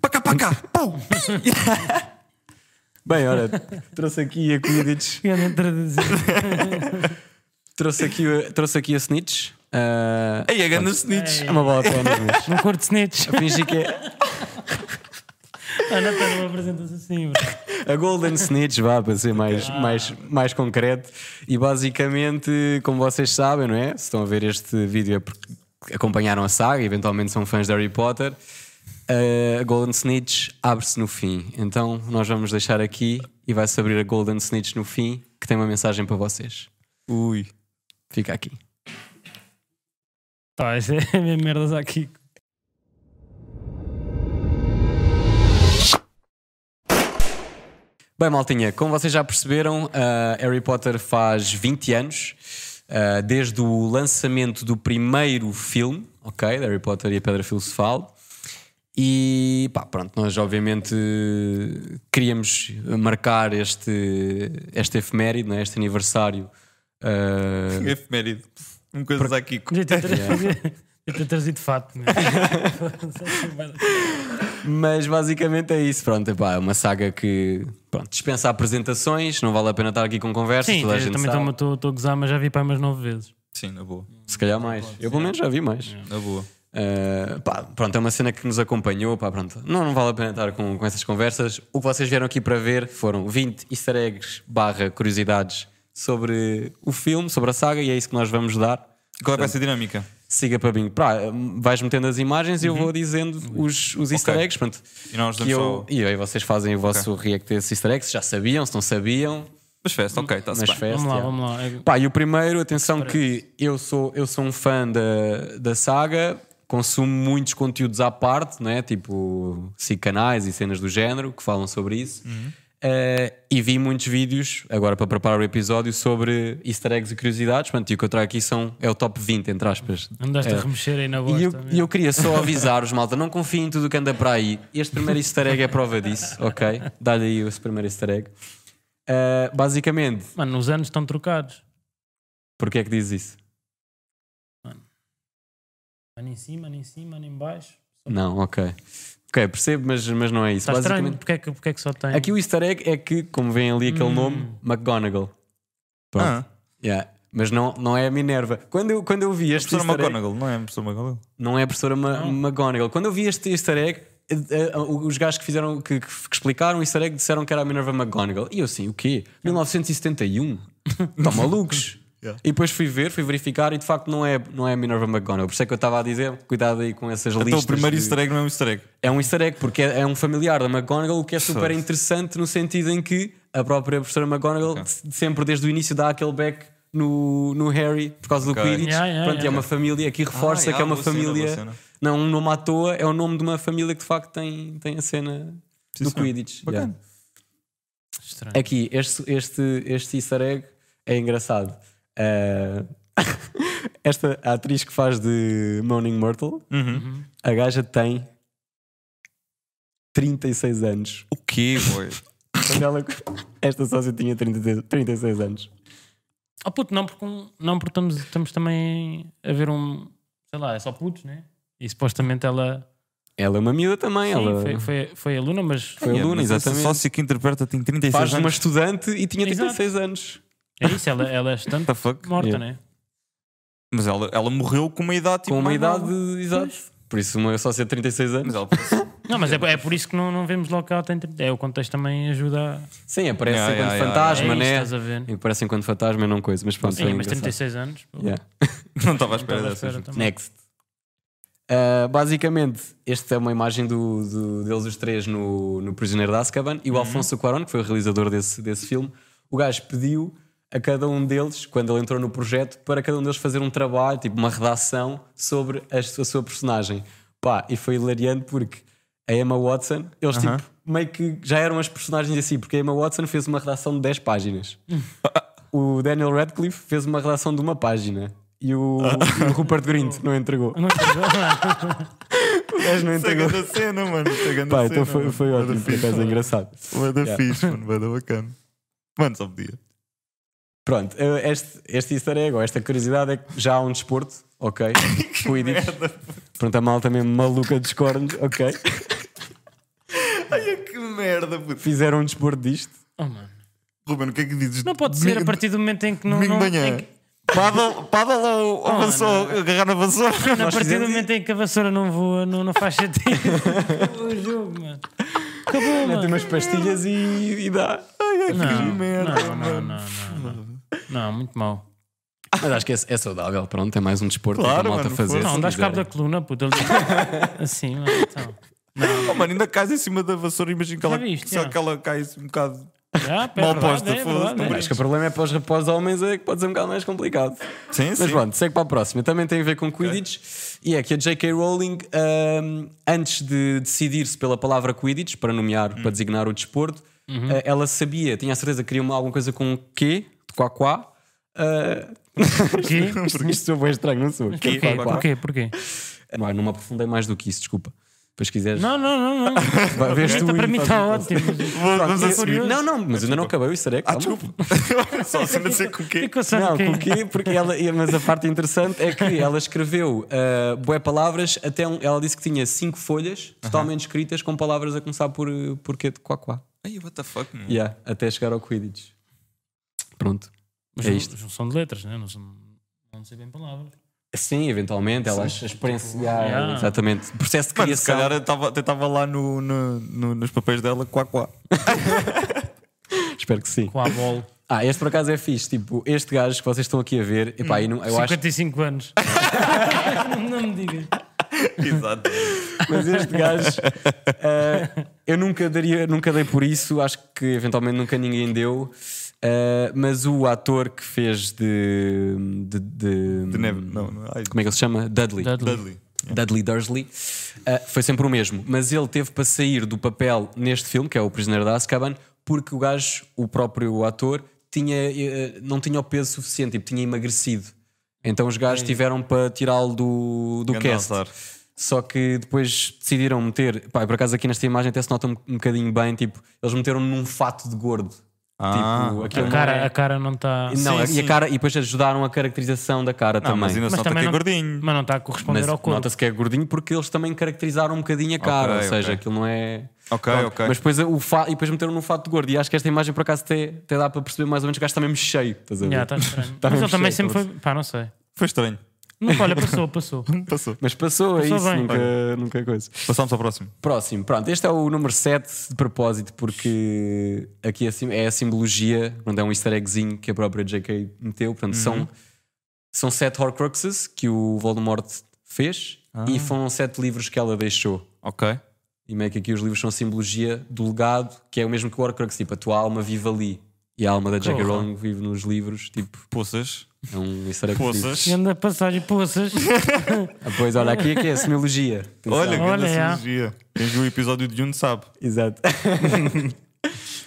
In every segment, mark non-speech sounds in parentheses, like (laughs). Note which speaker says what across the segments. Speaker 1: Para cá! Pau! Bem, olha, trouxe aqui a Quidditch,
Speaker 2: Eu nem traduzi.
Speaker 1: trouxe aqui, a- trouxe aqui a Snitch. ah,
Speaker 3: Ei, a ganda snitch.
Speaker 1: é uma bola de ténis, mas
Speaker 2: Não curto (laughs) snitch.
Speaker 1: fingi que é
Speaker 2: Ah, não, tu não apresentas assim, bro.
Speaker 1: a Golden Snitch, vá, para ser mais, mais, mais concreto. E basicamente, como vocês sabem, não é? Se estão a ver este vídeo é porque acompanharam a saga e eventualmente são fãs de Harry Potter. ah, A Golden Snitch abre-se no fim. Então, nós vamos deixar aqui e vai-se abrir a Golden Snitch no fim, que tem uma mensagem para vocês.
Speaker 3: Ui.
Speaker 1: Fica aqui.
Speaker 2: Pá, isso é mesmo merdas aqui.
Speaker 1: Bem, maltinha, como vocês já perceberam, ah, Harry Potter faz 20 anos, ah, desde o lançamento do primeiro filme, ok? de Harry Potter e a Pedra Filosofal. E pá, pronto, nós obviamente queríamos marcar este, este efeméride, né? este aniversário. ah,
Speaker 2: (laughs)
Speaker 3: Efeméride. Uma coisa aqui.
Speaker 1: (laughs)
Speaker 2: Podia ter tra- podia- podia ter trazido fato, né? meu.
Speaker 1: Mas basicamente é isso, pronto, epá, é uma saga que pronto, dispensa apresentações, não vale a pena estar aqui com conversas,
Speaker 2: (laughs) Sim,
Speaker 1: toda a
Speaker 2: eu
Speaker 1: gente
Speaker 2: também
Speaker 1: sabe.
Speaker 2: estou a gozar, mas já vi para mais nove vezes.
Speaker 3: Sim, na boa.
Speaker 1: Se calhar mais, eu pelo menos já vi mais.
Speaker 2: É.
Speaker 3: Na boa.
Speaker 1: Uh, pá, pronto, é uma cena que nos acompanhou. Pá, pronto. Não, não vale a pena estar com, com essas conversas. O que vocês vieram aqui para ver foram 20 easter eggs barra curiosidades sobre o filme, sobre a saga, e é isso que nós vamos dar.
Speaker 3: Qual é que
Speaker 1: Tá.
Speaker 3: vai ser a dinâmica?
Speaker 1: Siga para mim. Pá, vais metendo as imagens e eu vou dizendo os, os easter
Speaker 3: Uhum. Ok.
Speaker 1: eggs. Pronto,
Speaker 3: E nós
Speaker 1: que
Speaker 3: damos
Speaker 1: eu,
Speaker 3: só.
Speaker 1: e aí vocês fazem o vosso react a esses easter eggs. Se Já sabiam, se não sabiam,
Speaker 3: Mas festa, ok, está-se
Speaker 1: mas
Speaker 3: bem.
Speaker 1: festa.
Speaker 2: Vamos lá,
Speaker 1: yeah.
Speaker 2: vamos lá. É-
Speaker 1: Pá, e o primeiro, atenção que eu sou, eu sou um fã da, da saga, consumo muitos conteúdos à parte, né? tipo sigo canais e cenas do género que falam sobre isso. Eh, e vi muitos vídeos, agora para preparar o episódio, sobre easter eggs e curiosidades. Portanto, e o que eu trago aqui são, é o top 20, entre aspas.
Speaker 2: Andaste a remexer aí na
Speaker 1: É. E eu,
Speaker 2: bosta. meu.
Speaker 1: e eu queria só avisar-vos, malta, não confiem em tudo o que anda para aí. Este primeiro easter egg é prova disso, ok? Dá-lhe aí esse primeiro easter egg. Eh, basicamente,
Speaker 2: Mano, os anos estão trocados.
Speaker 1: porque é que diz isso?
Speaker 2: Mano em cima, mano em cima, mano em baixo.
Speaker 1: Não, ok. Ok, percebo, mas, mas não é isso.
Speaker 2: Está estranho,
Speaker 1: Basicamente,
Speaker 2: porque é, que, porque é que só tem?
Speaker 1: aqui o easter egg é que, como vem ali aquele nome, McGonagall. Pronto.
Speaker 3: Ah,
Speaker 1: Yeah. Mas não, não é a Minerva. Quando eu, quando eu vi este
Speaker 3: professora
Speaker 1: easter egg,
Speaker 3: McGonagall, não é a professora McGonagall?
Speaker 1: não é a professora Ma- McGonagall. Quando eu vi este easter egg, eh, eh, os gajos que fizeram, que, que explicaram o easter egg disseram que era a Minerva McGonagall. E eu assim, o quê?
Speaker 3: (laughs)
Speaker 1: 1971? Estão um? malucos?
Speaker 3: Yeah.
Speaker 1: E depois fui ver, fui verificar e de facto não é, não é a Minerva McGonagall. Por isso é que eu estava a dizer, cuidado aí com essas listas.
Speaker 3: Então o primeiro
Speaker 1: de-
Speaker 3: easter egg não é um easter egg.
Speaker 1: É um easter egg, porque é, é um familiar da McGonagall, o que é super interessante no sentido em que a própria professora McGonagall de- sempre desde o início dá aquele back no, no Harry por causa
Speaker 3: Ok.
Speaker 1: do Quidditch.
Speaker 2: Yeah, yeah,
Speaker 1: Pronto, e é
Speaker 2: yeah.
Speaker 1: uma família, aqui reforça
Speaker 3: Ah, yeah,
Speaker 1: que é uma
Speaker 3: boa cena,
Speaker 1: família,
Speaker 3: boa cena.
Speaker 1: não um nome à toa, é o nome de uma família que de facto tem, tem a cena do
Speaker 3: senhor.
Speaker 1: Quidditch.
Speaker 3: Bacana.
Speaker 1: Yeah.
Speaker 2: Estranho.
Speaker 1: Aqui, este, este, este easter egg é engraçado. Eh, (laughs) esta atriz que faz de Moaning Myrtle,
Speaker 3: Uhum.
Speaker 1: a gaja tem 36 anos.
Speaker 3: O quê,
Speaker 1: (laughs)
Speaker 3: boy?
Speaker 1: Quando ela- Esta sócia tinha 36, 36 anos.
Speaker 2: Oh puto, não porque, um- não porque estamos, estamos também a ver um. Sei lá, é só putos, né? E supostamente ela.
Speaker 1: Ela é uma miúda também.
Speaker 2: Sim,
Speaker 1: ela
Speaker 2: foi, foi, foi aluna, mas.
Speaker 1: Foi
Speaker 3: Yeah,
Speaker 1: aluna,
Speaker 3: é, mas essa
Speaker 1: exatamente.
Speaker 3: sócia que interpreta tem 36
Speaker 1: Faz de uma
Speaker 3: anos.
Speaker 1: estudante e tinha
Speaker 2: Exato.
Speaker 1: 36 anos.
Speaker 2: É isso, ela, ela é
Speaker 1: (laughs)
Speaker 3: What the
Speaker 2: estante
Speaker 3: fuck?
Speaker 2: morta,
Speaker 1: Yeah.
Speaker 2: né?
Speaker 3: Mas ela, ela morreu com uma idade tipo,
Speaker 1: com uma
Speaker 3: mais
Speaker 1: idade,
Speaker 3: nova.
Speaker 1: exato. Por isso, uma sócia de 36
Speaker 3: Mas
Speaker 1: anos.
Speaker 3: ela
Speaker 2: Não, mas é, é por isso que não, não vemos logo que ela tem. trinta- É, o contexto também ajuda a.
Speaker 1: Sim, aparece
Speaker 3: Yeah,
Speaker 1: enquanto
Speaker 3: yeah, yeah,
Speaker 1: fantasma,
Speaker 2: é
Speaker 1: né?
Speaker 2: Estás a ver?
Speaker 1: E Aparece enquanto fantasma, não coisa. Mas pronto,
Speaker 2: Sim,
Speaker 1: foi
Speaker 2: mas
Speaker 1: é engraçado.
Speaker 2: 36 anos. pô,
Speaker 1: Yeah.
Speaker 3: (laughs) não estava à espera
Speaker 2: não estava à
Speaker 3: dessas.
Speaker 2: espera também.
Speaker 1: Next. Uh, basicamente, esta é uma imagem do, do- deles os três no, no Prisioneiro de Azkaban e o Alfonso Cuarón, que foi o realizador desse, desse filme, o gajo pediu a cada um deles, quando ele entrou no projeto, para cada um deles fazer um trabalho, tipo uma redação sobre a, su- a sua personagem. Pá, e foi hilariante porque a Emma Watson, eles tipo, meio que já eram as personagens assim, porque a Emma Watson fez uma redação de 10 páginas. o Daniel Radcliffe fez uma redação de uma página. E o, e o Rupert Grint não entregou.
Speaker 2: Não sei,
Speaker 1: O gajo não entregou.
Speaker 3: da cena, mano. Segunda
Speaker 1: Pá, então foi, foi ótimo, por acaso é engraçado.
Speaker 3: Vai dar
Speaker 1: Yeah.
Speaker 3: fixe, mano. Vai dar bacana. Mano, só podia.
Speaker 1: Pronto, eu- este, este easter egg, ou esta curiosidade é que já há um desporto, ok? Quidditch. Pronto, a malta mesmo maluca dos cornos, ok?
Speaker 3: Olha que merda, puto.
Speaker 1: Fizeram um desporto disto.
Speaker 2: (laughs) Oh, mano.
Speaker 3: Ruben, o que é que dizes?
Speaker 2: Não pode ser a partir do momento em que não.
Speaker 3: Domingo
Speaker 2: não
Speaker 3: de manhã.
Speaker 2: em que-
Speaker 3: Paddle, paddle ou, ou
Speaker 2: Oh,
Speaker 3: vassoura? Agarrar na vassoura?
Speaker 2: não, a partir do
Speaker 1: fizemos
Speaker 2: momento em que a vassoura não voa, não, não faz
Speaker 3: (laughs)
Speaker 2: sentido. Acabou o jogo, mano. Acabou,
Speaker 1: Mete
Speaker 2: mano.
Speaker 1: umas pastilhas e, e dá.
Speaker 2: Não,
Speaker 3: É merda,
Speaker 2: não, não, não, não, não. Não, muito mal.
Speaker 1: Mas acho que é, é saudável, pronto, é mais um desporto
Speaker 3: Claro,
Speaker 1: para a malta
Speaker 3: mano,
Speaker 1: fazer.
Speaker 3: foda-se.
Speaker 1: se
Speaker 2: Não, dás cabo da
Speaker 1: quiserem.
Speaker 2: coluna, puto. ali.
Speaker 3: (laughs)
Speaker 2: Assim, mano. Então.
Speaker 3: Oh, mano, ainda cais em cima da vassoura, imagina que
Speaker 2: Já
Speaker 3: ela,
Speaker 2: viste,
Speaker 3: só
Speaker 2: já.
Speaker 3: que ela cai assim um bocado.
Speaker 2: Já, pá, é
Speaker 3: Mal
Speaker 2: verdade,
Speaker 3: posta,
Speaker 2: é
Speaker 3: foda-se,
Speaker 2: verdade,
Speaker 3: não
Speaker 2: é.
Speaker 1: Acho que o problema é para os, para os homens é que pode ser um bocado mais complicado.
Speaker 3: Sim,
Speaker 1: Mas pronto, segue para a próxima. Também tem a ver com Quidditch. E é que a J.K. Rowling, ahm, antes de decidir-se pela palavra Quidditch, para nomear, para designar o desporto, ah, ela sabia, tinha a certeza que queria uma- alguma coisa com Q, de quá quá. Ah,
Speaker 2: Porquê?
Speaker 1: isto sou bem estranho, não sou?
Speaker 3: Quê?
Speaker 1: Quá, quá.
Speaker 2: Porquê? Porquê?
Speaker 1: Não, não me aprofundei mais do que isso, desculpa. Depois quiseres.
Speaker 2: Não, não, não, não.
Speaker 1: Vai, vês
Speaker 2: (laughs) Esta
Speaker 1: tu e
Speaker 2: para mim tá
Speaker 1: fazes
Speaker 2: está
Speaker 1: o-
Speaker 2: ótimo.
Speaker 3: Vou- Vamos
Speaker 1: Eu-
Speaker 3: assumir.
Speaker 1: Não, não, mas ainda não acabei o easter egg.
Speaker 3: Ah,
Speaker 1: calma.
Speaker 3: desculpa. (laughs) Só assim a dizer com o quê?
Speaker 2: Ficou só
Speaker 1: Não,
Speaker 2: no quê?
Speaker 3: é?
Speaker 1: com o quê? Porque ela, e- mas a parte interessante é que ela escreveu uh, bué palavras, até um- ela disse que tinha cinco folhas totalmente escritas com palavras a começar por, uh, por quê de quá quá.
Speaker 3: Ai, what the fuck, mano.
Speaker 1: Yeah, até chegar ao Quidditch. Pronto.
Speaker 2: Mas
Speaker 1: É
Speaker 2: não-
Speaker 1: isto.
Speaker 2: não São de letras, né? não são. Não sei bem palavras.
Speaker 1: Sim, eventualmente, ela a experienciar.
Speaker 2: Yeah.
Speaker 1: Exatamente. Processo de
Speaker 3: Tipo, Mano, se
Speaker 1: criação.
Speaker 3: calhar eu tava- até estava lá no, no- no- nos papéis dela, quá, quá.
Speaker 1: Espero que sim.
Speaker 2: Com a bola.
Speaker 1: Ah, este por acaso é fixe. Tipo, este gajo que vocês estão aqui a ver,
Speaker 3: Hum.
Speaker 1: epá, eu, não, eu acho
Speaker 2: 55 anos. (laughs) não me digas.
Speaker 3: (laughs) Exato.
Speaker 1: Mas este gajo, eh, eu nunca, daria, nunca dei por isso, acho que eventualmente nunca ninguém deu. eh, mas o ator que fez de. de, de-
Speaker 3: De neve. Não, não. Ai,
Speaker 1: Como é que ele se chama? Dudley. Dudley,
Speaker 2: Dudley.
Speaker 3: Dudley.
Speaker 1: Dursley. eh, foi sempre o mesmo. Mas ele teve para sair do papel neste filme, que é O Prisioneiro da Azkaban, porque o gajo, o próprio ator, tinha, eh, não tinha o peso suficiente, tipo, tinha emagrecido. Então os gajos tiveram para tirá-lo do, do
Speaker 3: Ganda
Speaker 1: cast.
Speaker 3: azar.
Speaker 1: Só que depois decidiram meter, pá, por acaso aqui nesta imagem até se nota um, um bocadinho bem, tipo, eles meteram num fato de gordo.
Speaker 3: Ah.
Speaker 1: tipo, aquilo
Speaker 2: A
Speaker 1: não
Speaker 2: cara,
Speaker 1: é-
Speaker 2: a cara não tá- está.
Speaker 1: E Não,
Speaker 3: Sim,
Speaker 1: e a
Speaker 3: sim.
Speaker 1: cara, e depois ajudaram a caracterização da cara
Speaker 3: Não,
Speaker 1: também.
Speaker 3: mas ainda
Speaker 2: Mas
Speaker 3: só está
Speaker 2: também
Speaker 3: aqui
Speaker 2: não-
Speaker 3: gordinho.
Speaker 2: Mas não está a corresponder
Speaker 1: Mas
Speaker 2: ao corpo.
Speaker 1: nota-se que é gordinho porque eles também caracterizaram um bocadinho a cara,
Speaker 3: Ok,
Speaker 1: ou seja,
Speaker 3: ok.
Speaker 1: aquilo não é.
Speaker 3: Ok,
Speaker 1: Pronto,
Speaker 3: ok.
Speaker 1: Mas depois, o fa... e depois meteram num fato de gordo. E acho que esta imagem por acaso até, até dá para perceber mais ou menos que o gajo está mesmo cheio. Estás a ver?
Speaker 2: Já,
Speaker 1: (laughs)
Speaker 2: está estranho.
Speaker 1: Tá
Speaker 2: Mas
Speaker 1: mesmo
Speaker 2: ele também
Speaker 1: cheio,
Speaker 2: sempre foi. Pá, não sei.
Speaker 3: Foi estranho.
Speaker 2: Nunca, olha,
Speaker 1: (laughs)
Speaker 2: passou, passou.
Speaker 3: Passou.
Speaker 1: Mas passou, é
Speaker 2: Passou
Speaker 1: isso,
Speaker 2: bem.
Speaker 1: nunca, nunca coisa.
Speaker 3: Passamos ao próximo.
Speaker 1: Próximo, pronto, este é o número 7 de propósito, porque aqui é a sim- é a simbologia, portanto, é um easter eggzinho que a própria J.K. meteu. Portanto,
Speaker 2: Uhum.
Speaker 1: são, são sete Horcruxes que o Voldemort fez
Speaker 2: Ah.
Speaker 1: e foram sete livros que ela deixou.
Speaker 3: Ok.
Speaker 1: E meio que aqui os livros são simbologia do legado, que é o mesmo que o Horcrux, tipo, a tua alma vive ali. E a alma da J.K.
Speaker 2: Porra.
Speaker 1: Rowling vive nos livros, tipo,
Speaker 3: Poças.
Speaker 1: é um easter egg.
Speaker 3: Poças.
Speaker 1: fodido.
Speaker 2: E anda a
Speaker 1: (laughs)
Speaker 2: passagem, poças.
Speaker 1: Ah, Pois, olha, aqui é que é a simbologia. Atenção.
Speaker 3: Olha, grande
Speaker 2: Olha, já.
Speaker 3: cirurgia. Quem viu o episódio de Juno sabe.
Speaker 1: Exato.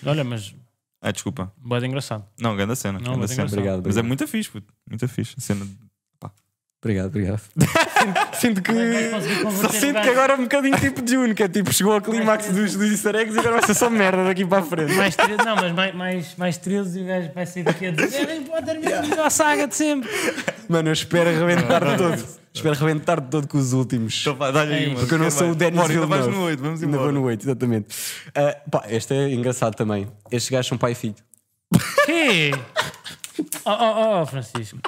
Speaker 2: Olha, mas.
Speaker 3: Ah, desculpa.
Speaker 2: Boa engraçado.
Speaker 3: Não, grande cena.
Speaker 2: Não,
Speaker 3: grande
Speaker 2: mas é
Speaker 3: cena.
Speaker 2: engraçado.
Speaker 1: Obrigado,
Speaker 3: Mas é
Speaker 1: obrigado.
Speaker 3: muito fixe, puto. Muito fixe. A cena. de-
Speaker 1: Obrigado, obrigado. (laughs) sinto, sinto
Speaker 2: consegui
Speaker 1: que. Só
Speaker 2: converter o
Speaker 1: sinto que
Speaker 2: gajo.
Speaker 1: agora é um bocadinho tipo June, que é tipo, chegou ao (laughs) clímax dos, dos easter eggs e agora vai ser só merda daqui para a frente.
Speaker 2: Mais 13, não, mas mais, mais, mais 13 e o gajo vai sair daqui a dizer: "É Harry Potter, minha melhor saga de sempre.
Speaker 1: Mano, eu espero arrebentar de todo. Espero arrebentar de todo com os últimos.
Speaker 3: Então vá, dá-lhe aí,
Speaker 2: É
Speaker 3: mano.
Speaker 1: Porque eu não
Speaker 3: Quem
Speaker 1: sou
Speaker 3: vai?
Speaker 1: o Dennis
Speaker 3: Bora,
Speaker 1: Villeneuve.
Speaker 3: Ainda vais no 8, vamos
Speaker 1: Ainda vou
Speaker 3: embora.
Speaker 1: no 8, exatamente. Ah, pá, este é engraçado também. Estes gajos são pai e filho.
Speaker 2: Quê? Oh, oh, oh, Francisco.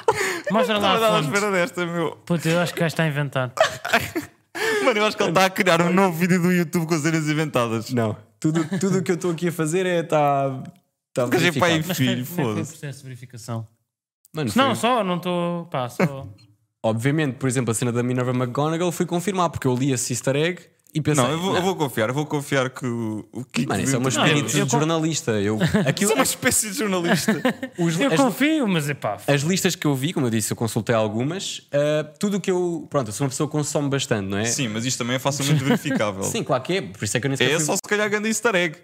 Speaker 2: Mostra lá
Speaker 3: Estava à
Speaker 2: a fonte.
Speaker 3: espera desta, meu.
Speaker 2: Puta, eu acho que o gajo está a inventar.
Speaker 3: Mano, eu acho que ele está a criar um novo vídeo do YouTube com as cenas inventadas.
Speaker 1: Não. Tudo tudo o que eu estou aqui a fazer é estar. Tá,
Speaker 3: gajo é pai e
Speaker 1: verificado.
Speaker 2: Mas
Speaker 3: Filho,
Speaker 2: como é que foi o
Speaker 3: foda-se.
Speaker 2: processo de verificação?
Speaker 1: Mano,
Speaker 2: Não,
Speaker 1: foi-
Speaker 2: só, não estou. Pá, só.
Speaker 1: Obviamente, por exemplo, a cena da Minerva McGonagall fui confirmar, porque eu li esse easter egg e pensei.
Speaker 3: Não, eu vou, eu vou confiar, eu vou confiar que o, o Kiko.
Speaker 1: Mano, isso é
Speaker 3: viu
Speaker 1: uma
Speaker 3: tudo.
Speaker 2: Não, eu-
Speaker 1: espírito
Speaker 2: eu
Speaker 1: de
Speaker 2: con-
Speaker 1: jornalista.
Speaker 2: (laughs)
Speaker 1: Eu, aquilo,
Speaker 3: Isso é uma espécie de
Speaker 1: (laughs)
Speaker 3: jornalista.
Speaker 1: os-
Speaker 2: Eu
Speaker 1: as,
Speaker 2: confio, mas é pá.
Speaker 1: as listas que eu vi, como eu disse, eu consultei algumas. ah, tudo o que eu. Pronto, eu sou uma pessoa que consome bastante, não é?
Speaker 3: Sim, mas isto também é facilmente verificável.
Speaker 1: Sim, claro que é. Por isso é que eu nem sequer
Speaker 3: É
Speaker 1: fui-
Speaker 3: só se calhar grande easter egg.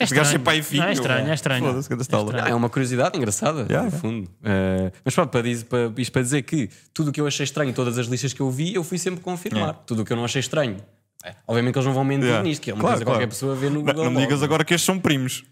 Speaker 2: É
Speaker 3: Este gajo é
Speaker 2: estranho.
Speaker 3: pai e filho.
Speaker 2: Não, é estranho, é estranho.
Speaker 3: Foda-se, grande estala.
Speaker 1: Ah, É uma curiosidade engraçada,
Speaker 3: Yeah,
Speaker 1: no
Speaker 3: yeah.
Speaker 1: fundo. Ah, mas pronto, para dizer, para, isto para dizer que tudo o que eu achei estranho, todas as listas que eu vi, eu fui sempre confirmar.
Speaker 3: Yeah.
Speaker 1: Tudo o que eu não achei estranho. É, Obviamente que eles não vão mentir
Speaker 3: Yeah.
Speaker 1: nisto, que é uma
Speaker 3: Claro,
Speaker 1: coisa que
Speaker 3: claro.
Speaker 1: qualquer pessoa vê
Speaker 3: Não,
Speaker 1: no Google.
Speaker 3: não me
Speaker 1: logo.
Speaker 3: digas agora que estes são primos.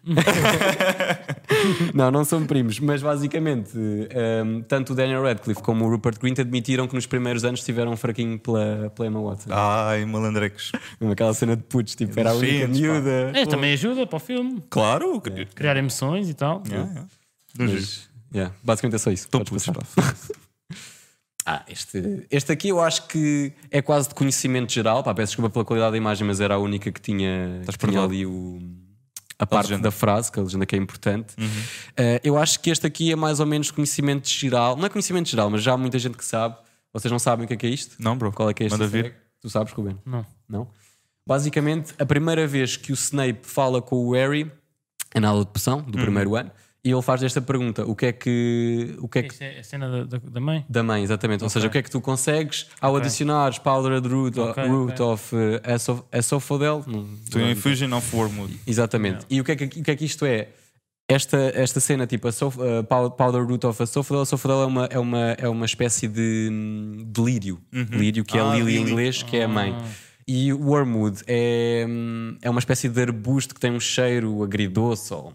Speaker 1: Não, não são primos, mas basicamente, ehm, tanto o Daniel Radcliffe como o Rupert Grint admitiram que nos primeiros anos tiveram um fraquinho pela, pela Emma Watson.
Speaker 3: Ai, malandrecos.
Speaker 1: Aquela cena de putos, tipo, era a única
Speaker 3: Inocentes, pá.
Speaker 1: miúda.
Speaker 2: É, também ajuda para o filme.
Speaker 3: Claro, querido.
Speaker 2: Criar emoções e tal.
Speaker 3: É, Não giro.
Speaker 1: Mas, yeah, basicamente é só isso.
Speaker 3: Estão
Speaker 1: Podes
Speaker 3: putos,
Speaker 1: passar.
Speaker 3: pá.
Speaker 1: Ah, este, este aqui eu acho que é quase de conhecimento geral. Pá, peço desculpa pela qualidade da imagem, mas era a única que tinha, que tinha
Speaker 3: perdoado.
Speaker 1: ali o, a parte
Speaker 3: legenda. Uhum.
Speaker 1: da frase, que a legenda que é importante. Eh, eu acho que este aqui é mais ou menos conhecimento geral. Não é conhecimento geral, mas já há muita gente que sabe. Vocês não sabem o que é, que é isto?
Speaker 3: Não, bro.
Speaker 1: Qual é que é este?
Speaker 3: Manda vir.
Speaker 1: easter egg? Tu sabes, Ruben?
Speaker 2: Não.
Speaker 1: Não? Basicamente, a primeira vez que o Snape fala com o Harry é na aula de poção
Speaker 3: Uhum.
Speaker 1: do primeiro ano e ele faz esta pergunta: o que é que, o que, é que
Speaker 2: Isto é a cena da, da- da mãe.
Speaker 1: da mãe, exatamente. Ou seja, o que é que tu consegues ao adicionares powdered root,
Speaker 2: Ok,
Speaker 1: root
Speaker 2: ok.
Speaker 1: of uh, aso- asophodel? Não-
Speaker 3: To infusion of wormwood.
Speaker 1: Exatamente. E o que, é que, o que é que isto é? Esta, esta cena, tipo, a sof- uh, pow- powder root of asophodel, asophodel é uma, é uma, é uma espécie de, hum, de lírio. Lírio, que é
Speaker 3: Ah,
Speaker 1: lily em
Speaker 3: lily.
Speaker 1: inglês, que é a mãe.
Speaker 3: Ah.
Speaker 1: E o wormwood é, hum, é uma espécie de arbusto que tem um cheiro agridoce ou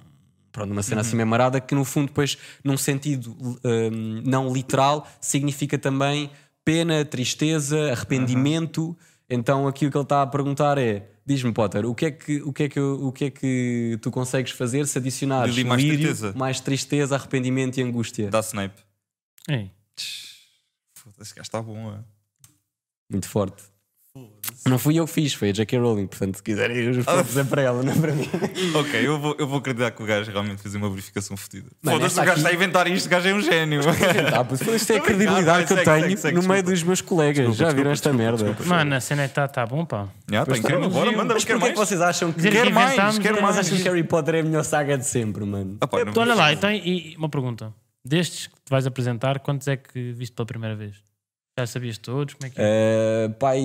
Speaker 1: pronto, uma
Speaker 3: Uhum.
Speaker 1: cena assim meio marada que no fundo depois, num sentido hum, não literal, significa também pena,
Speaker 3: Uhum.
Speaker 1: tristeza, arrependimento. Então aqui o que ele está a perguntar é diz-me Potter, o que é que, o que, é que, eu- o que, é que tu consegues fazer se adicionares
Speaker 3: Lili, mais
Speaker 1: lírio,
Speaker 3: tristeza.
Speaker 1: mais tristeza, arrependimento e angústia?
Speaker 3: Da Snape.
Speaker 2: Ei,
Speaker 3: Foda-se, esse gajo está bom, é.
Speaker 1: Muito forte. Não fui eu que fiz, foi a J.K. Rowling, portanto se quiserem os pontos é para ela, não é para mim.
Speaker 3: Ok, eu vou, eu vou acreditar que o gajo realmente fez uma verificação fodida.
Speaker 1: Mano,
Speaker 3: Foda-se,
Speaker 1: esta
Speaker 3: o gajo
Speaker 1: aqui-
Speaker 3: está a inventar isto, o gajo é um gênio.
Speaker 1: Tá, pô, isto é a
Speaker 3: Obrigado,
Speaker 1: credibilidade que eu
Speaker 3: segue,
Speaker 1: tenho
Speaker 3: segue, segue,
Speaker 1: no meio
Speaker 3: desculpa.
Speaker 1: dos meus colegas. Já viram esta merda?
Speaker 3: é.
Speaker 2: mano, a cena está tá bom, pá.
Speaker 3: (laughs) Já, está incrível. Bora, manda,
Speaker 1: Mas
Speaker 3: quer
Speaker 1: porquê é
Speaker 3: mais?
Speaker 1: que vocês acham que.
Speaker 2: Dizer que
Speaker 3: Quero mais,
Speaker 2: inventámos
Speaker 3: quero
Speaker 2: uma-
Speaker 1: Mas acham que Harry Potter é a melhor saga de sempre, mano.
Speaker 3: Ah, pá, não-
Speaker 2: Então, olha lá, então, e e uma pergunta. Destes que te vais apresentar, quantos é que viste pela primeira vez? Já sabias todos? Como é que é?
Speaker 1: Eh,
Speaker 3: Ah,
Speaker 1: pai.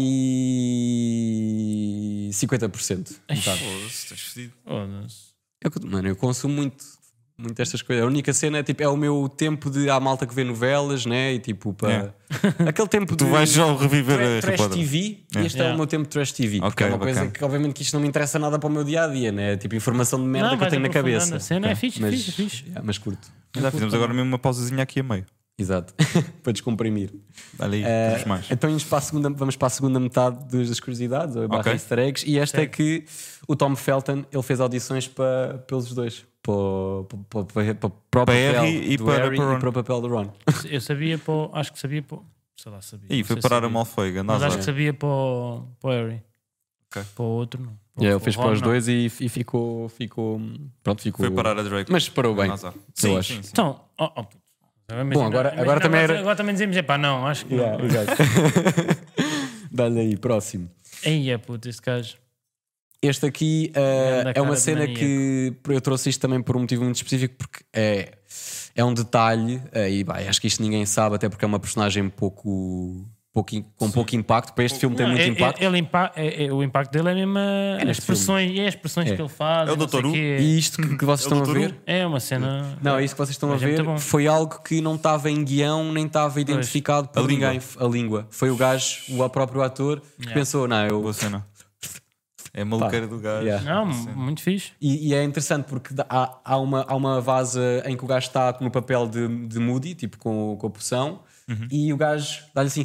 Speaker 1: 50%. um bocado.
Speaker 3: Foda-se, estás fodido.
Speaker 2: Foda-se.
Speaker 1: É o que eu- mano, eu consumo muito, muito estas coisas. A única cena é tipo, é o meu tempo de. Há malta que vê novelas, né? E tipo, para. Aquele tempo
Speaker 3: É. Tu
Speaker 1: de.
Speaker 3: vais já reviver
Speaker 1: tra-
Speaker 3: a
Speaker 1: Trash TV, e este é
Speaker 2: Yeah.
Speaker 1: o meu tempo de Trash TV. porque
Speaker 3: Ok,
Speaker 1: é uma coisa
Speaker 3: bacana.
Speaker 1: que, obviamente, que isto não me interessa nada para o meu dia a dia, né? É Tipo, informação de merda que eu
Speaker 2: vais
Speaker 1: tenho na
Speaker 2: aprofundando
Speaker 1: cabeça.
Speaker 2: A cena é
Speaker 1: Ok.
Speaker 2: fixe,
Speaker 1: mas,
Speaker 2: fixe, fixe.
Speaker 1: yeah, mas curto.
Speaker 3: Já fizemos agora mesmo uma pausazinha aqui a meio.
Speaker 1: Exato. (laughs) para descomprimir.
Speaker 3: Olha aí, temos mais.
Speaker 1: Então vamos para a segunda, vamos para a segunda metade dos- das curiosidades, ou barra
Speaker 3: Ok.
Speaker 1: easter eggs, e esta é que o Tom Felton ele fez audições para, pelos dois. Para, o- para, para, para, para o
Speaker 3: Para
Speaker 1: papel
Speaker 3: Harry e
Speaker 1: do
Speaker 3: para-
Speaker 1: Harry
Speaker 3: para o Ron.
Speaker 1: e para o papel do Ron.
Speaker 2: Eu sabia para o- Acho que sabia para o- Sei lá, sabia.
Speaker 3: Ih,
Speaker 2: não
Speaker 3: foi
Speaker 2: sei se
Speaker 3: parar a
Speaker 2: sabia.
Speaker 3: Malfoy,
Speaker 2: Mas acho que
Speaker 3: Nazar.
Speaker 2: sabia para o, para o Harry.
Speaker 3: Ok.
Speaker 2: Para o outro, não. Para o-
Speaker 1: Yeah, ele
Speaker 2: o
Speaker 1: fez
Speaker 2: Ron,
Speaker 1: para os
Speaker 2: não.
Speaker 1: dois e, e ficou, ficou. Pronto, ficou.
Speaker 3: Foi parar a Drake.
Speaker 1: Mas parou bem.
Speaker 3: Nazar. Sim,
Speaker 1: acho.
Speaker 3: sim, sim.
Speaker 2: Então, oh, oh, puto. Imagina-
Speaker 1: Bom, agora-
Speaker 2: imagina
Speaker 1: agora também era-
Speaker 2: Agora também dizemos, é pá, não, acho que
Speaker 1: Yeah,
Speaker 2: não.
Speaker 1: exato. (laughs) Dá-lhe aí, próximo.
Speaker 2: Ei, é puto, este gajo.
Speaker 1: Este aqui eh,
Speaker 2: Grande
Speaker 1: é
Speaker 2: cara
Speaker 1: uma
Speaker 2: de
Speaker 1: cena
Speaker 2: maníaco.
Speaker 1: que eu trouxe isto também por um motivo muito específico, porque é, é um detalhe, eh, e bem, acho que isto ninguém sabe, até porque é uma personagem pouco, pouco in- com pouco impacto. Para este filme tem
Speaker 2: Não,
Speaker 1: muito
Speaker 2: é- é-
Speaker 1: impacto.
Speaker 2: ele impa- é- é- o impacto dele é mesmo a- as
Speaker 1: neste
Speaker 2: expressões, e é as expressões
Speaker 1: É.
Speaker 2: que ele faz.
Speaker 3: É o
Speaker 2: e não sei
Speaker 3: Dr. Who.
Speaker 2: quê.
Speaker 1: e isto que, que vocês
Speaker 3: É o
Speaker 1: estão a
Speaker 3: Dr. Who?
Speaker 1: ver.
Speaker 2: É uma cena.
Speaker 1: Não, isto que vocês estão a
Speaker 2: Mas é
Speaker 1: ver
Speaker 2: muito bom.
Speaker 1: foi algo que não estava em guião, nem estava identificado por
Speaker 3: A língua.
Speaker 1: ninguém. A língua. Foi o gajo, o próprio ator, que
Speaker 2: Yeah.
Speaker 1: pensou, não, eu
Speaker 3: Boa cena. É a maluqueira do gajo.
Speaker 1: yeah.
Speaker 2: Não, muito fixe.
Speaker 1: E, e é interessante porque dá- há, há, uma, há uma vaza em que o gajo está no papel de, de Moody, tipo com, com a poção, e o gajo dá-lhe assim.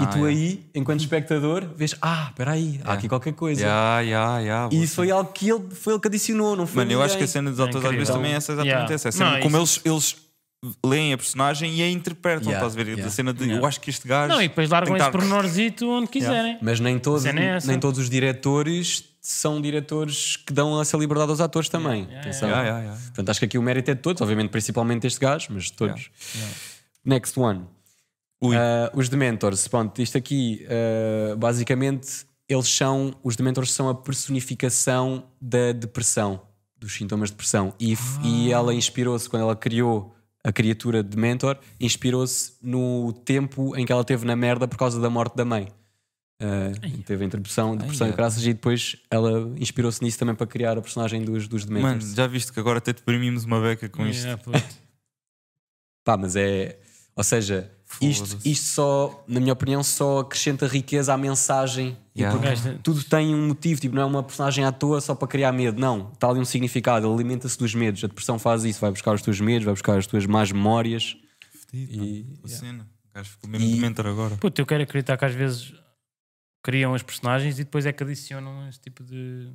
Speaker 1: e tu
Speaker 3: Uhum. é.
Speaker 1: aí, enquanto espectador, vês: Ah, espera aí, há aqui qualquer coisa.
Speaker 3: Ya,
Speaker 2: é-
Speaker 3: ya, ya.
Speaker 1: E
Speaker 3: boa
Speaker 1: isso foi algo que ele, foi ele que adicionou, não foi?
Speaker 3: Mano, eu acho que a
Speaker 1: ninguém.
Speaker 3: cena dos autores às
Speaker 2: incrível.
Speaker 3: vezes também é essa, exatamente
Speaker 2: Yeah.
Speaker 3: essa. É sempre
Speaker 2: Não,
Speaker 3: como eles, eles leem a personagem e a interpretam,
Speaker 1: Yeah,
Speaker 3: estás a ver?
Speaker 1: yeah.
Speaker 3: Da cena de eu acho que este gajo.
Speaker 2: Não, e depois
Speaker 3: tem
Speaker 2: largam
Speaker 3: que
Speaker 2: esse
Speaker 3: estar-
Speaker 1: (laughs)
Speaker 2: pormenorzito onde quiserem.
Speaker 1: Mas nem todos,
Speaker 2: cena é essa.
Speaker 1: nem todos os diretores são diretores que dão essa liberdade aos atores também. Atenção.
Speaker 3: Yeah, yeah, yeah.
Speaker 1: Portanto, acho que aqui o mérito é de todos, obviamente, principalmente este gajo, mas de todos. Next one.
Speaker 3: Ui.
Speaker 1: Ah, os Dementors, pronto, isto aqui ah, basicamente eles são, os Dementors são a personificação da depressão, dos sintomas de depressão. E, f- e ela inspirou-se, quando ela criou a criatura Dementor, inspirou-se no tempo em que ela teve na merda por causa da morte da mãe. Ah, teve a interrupção, depressão e graças, e depois ela inspirou-se nisso também para criar a personagem dos, dos
Speaker 3: Mano,
Speaker 1: Dementors.
Speaker 3: já viste que
Speaker 2: É,
Speaker 3: agora até deprimimos uma beca com isto.
Speaker 2: Yeah, puto.
Speaker 1: Pá, mas é. Ou seja, Isto,
Speaker 3: Foda-se.
Speaker 1: isto só, na minha opinião, só acrescenta riqueza à mensagem. E
Speaker 3: Yeah.
Speaker 1: porque
Speaker 2: Gajo-
Speaker 1: tudo tem um motivo, tipo, não é uma personagem à toa só para criar medo, não. Está ali um significado, ele alimenta-se dos medos. A depressão faz isso, vai buscar os teus medos, vai buscar as tuas más memórias.
Speaker 3: E, a cena. O gajo ficou mesmo dementor agora.
Speaker 2: Puto, eu quero acreditar que às vezes criam as personagens e depois é que adicionam esse tipo de.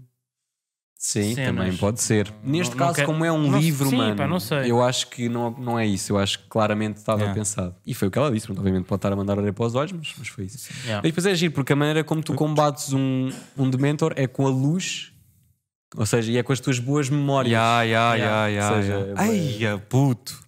Speaker 1: Sim,
Speaker 2: Cenas.
Speaker 1: também pode ser. Neste
Speaker 2: não
Speaker 1: caso,
Speaker 2: quero-
Speaker 1: como é um
Speaker 2: não-
Speaker 1: livro,
Speaker 2: sim,
Speaker 1: mano,
Speaker 2: pá, não sei.
Speaker 1: eu acho que não, não é isso. Eu acho que claramente estava
Speaker 3: Yeah.
Speaker 1: pensado. E foi o que ela disse, pronto, obviamente pode estar a mandar areia para os olhos, mas, mas foi isso.
Speaker 2: Yeah.
Speaker 1: Mas depois é giro, porque a maneira como tu combates um, um Dementor é com a luz, ou seja, e é com as tuas boas memórias.
Speaker 3: Ya, ya,
Speaker 2: Ya,
Speaker 3: ya, ya.
Speaker 1: seja,
Speaker 3: ya.
Speaker 1: é-
Speaker 3: Ai, a puto.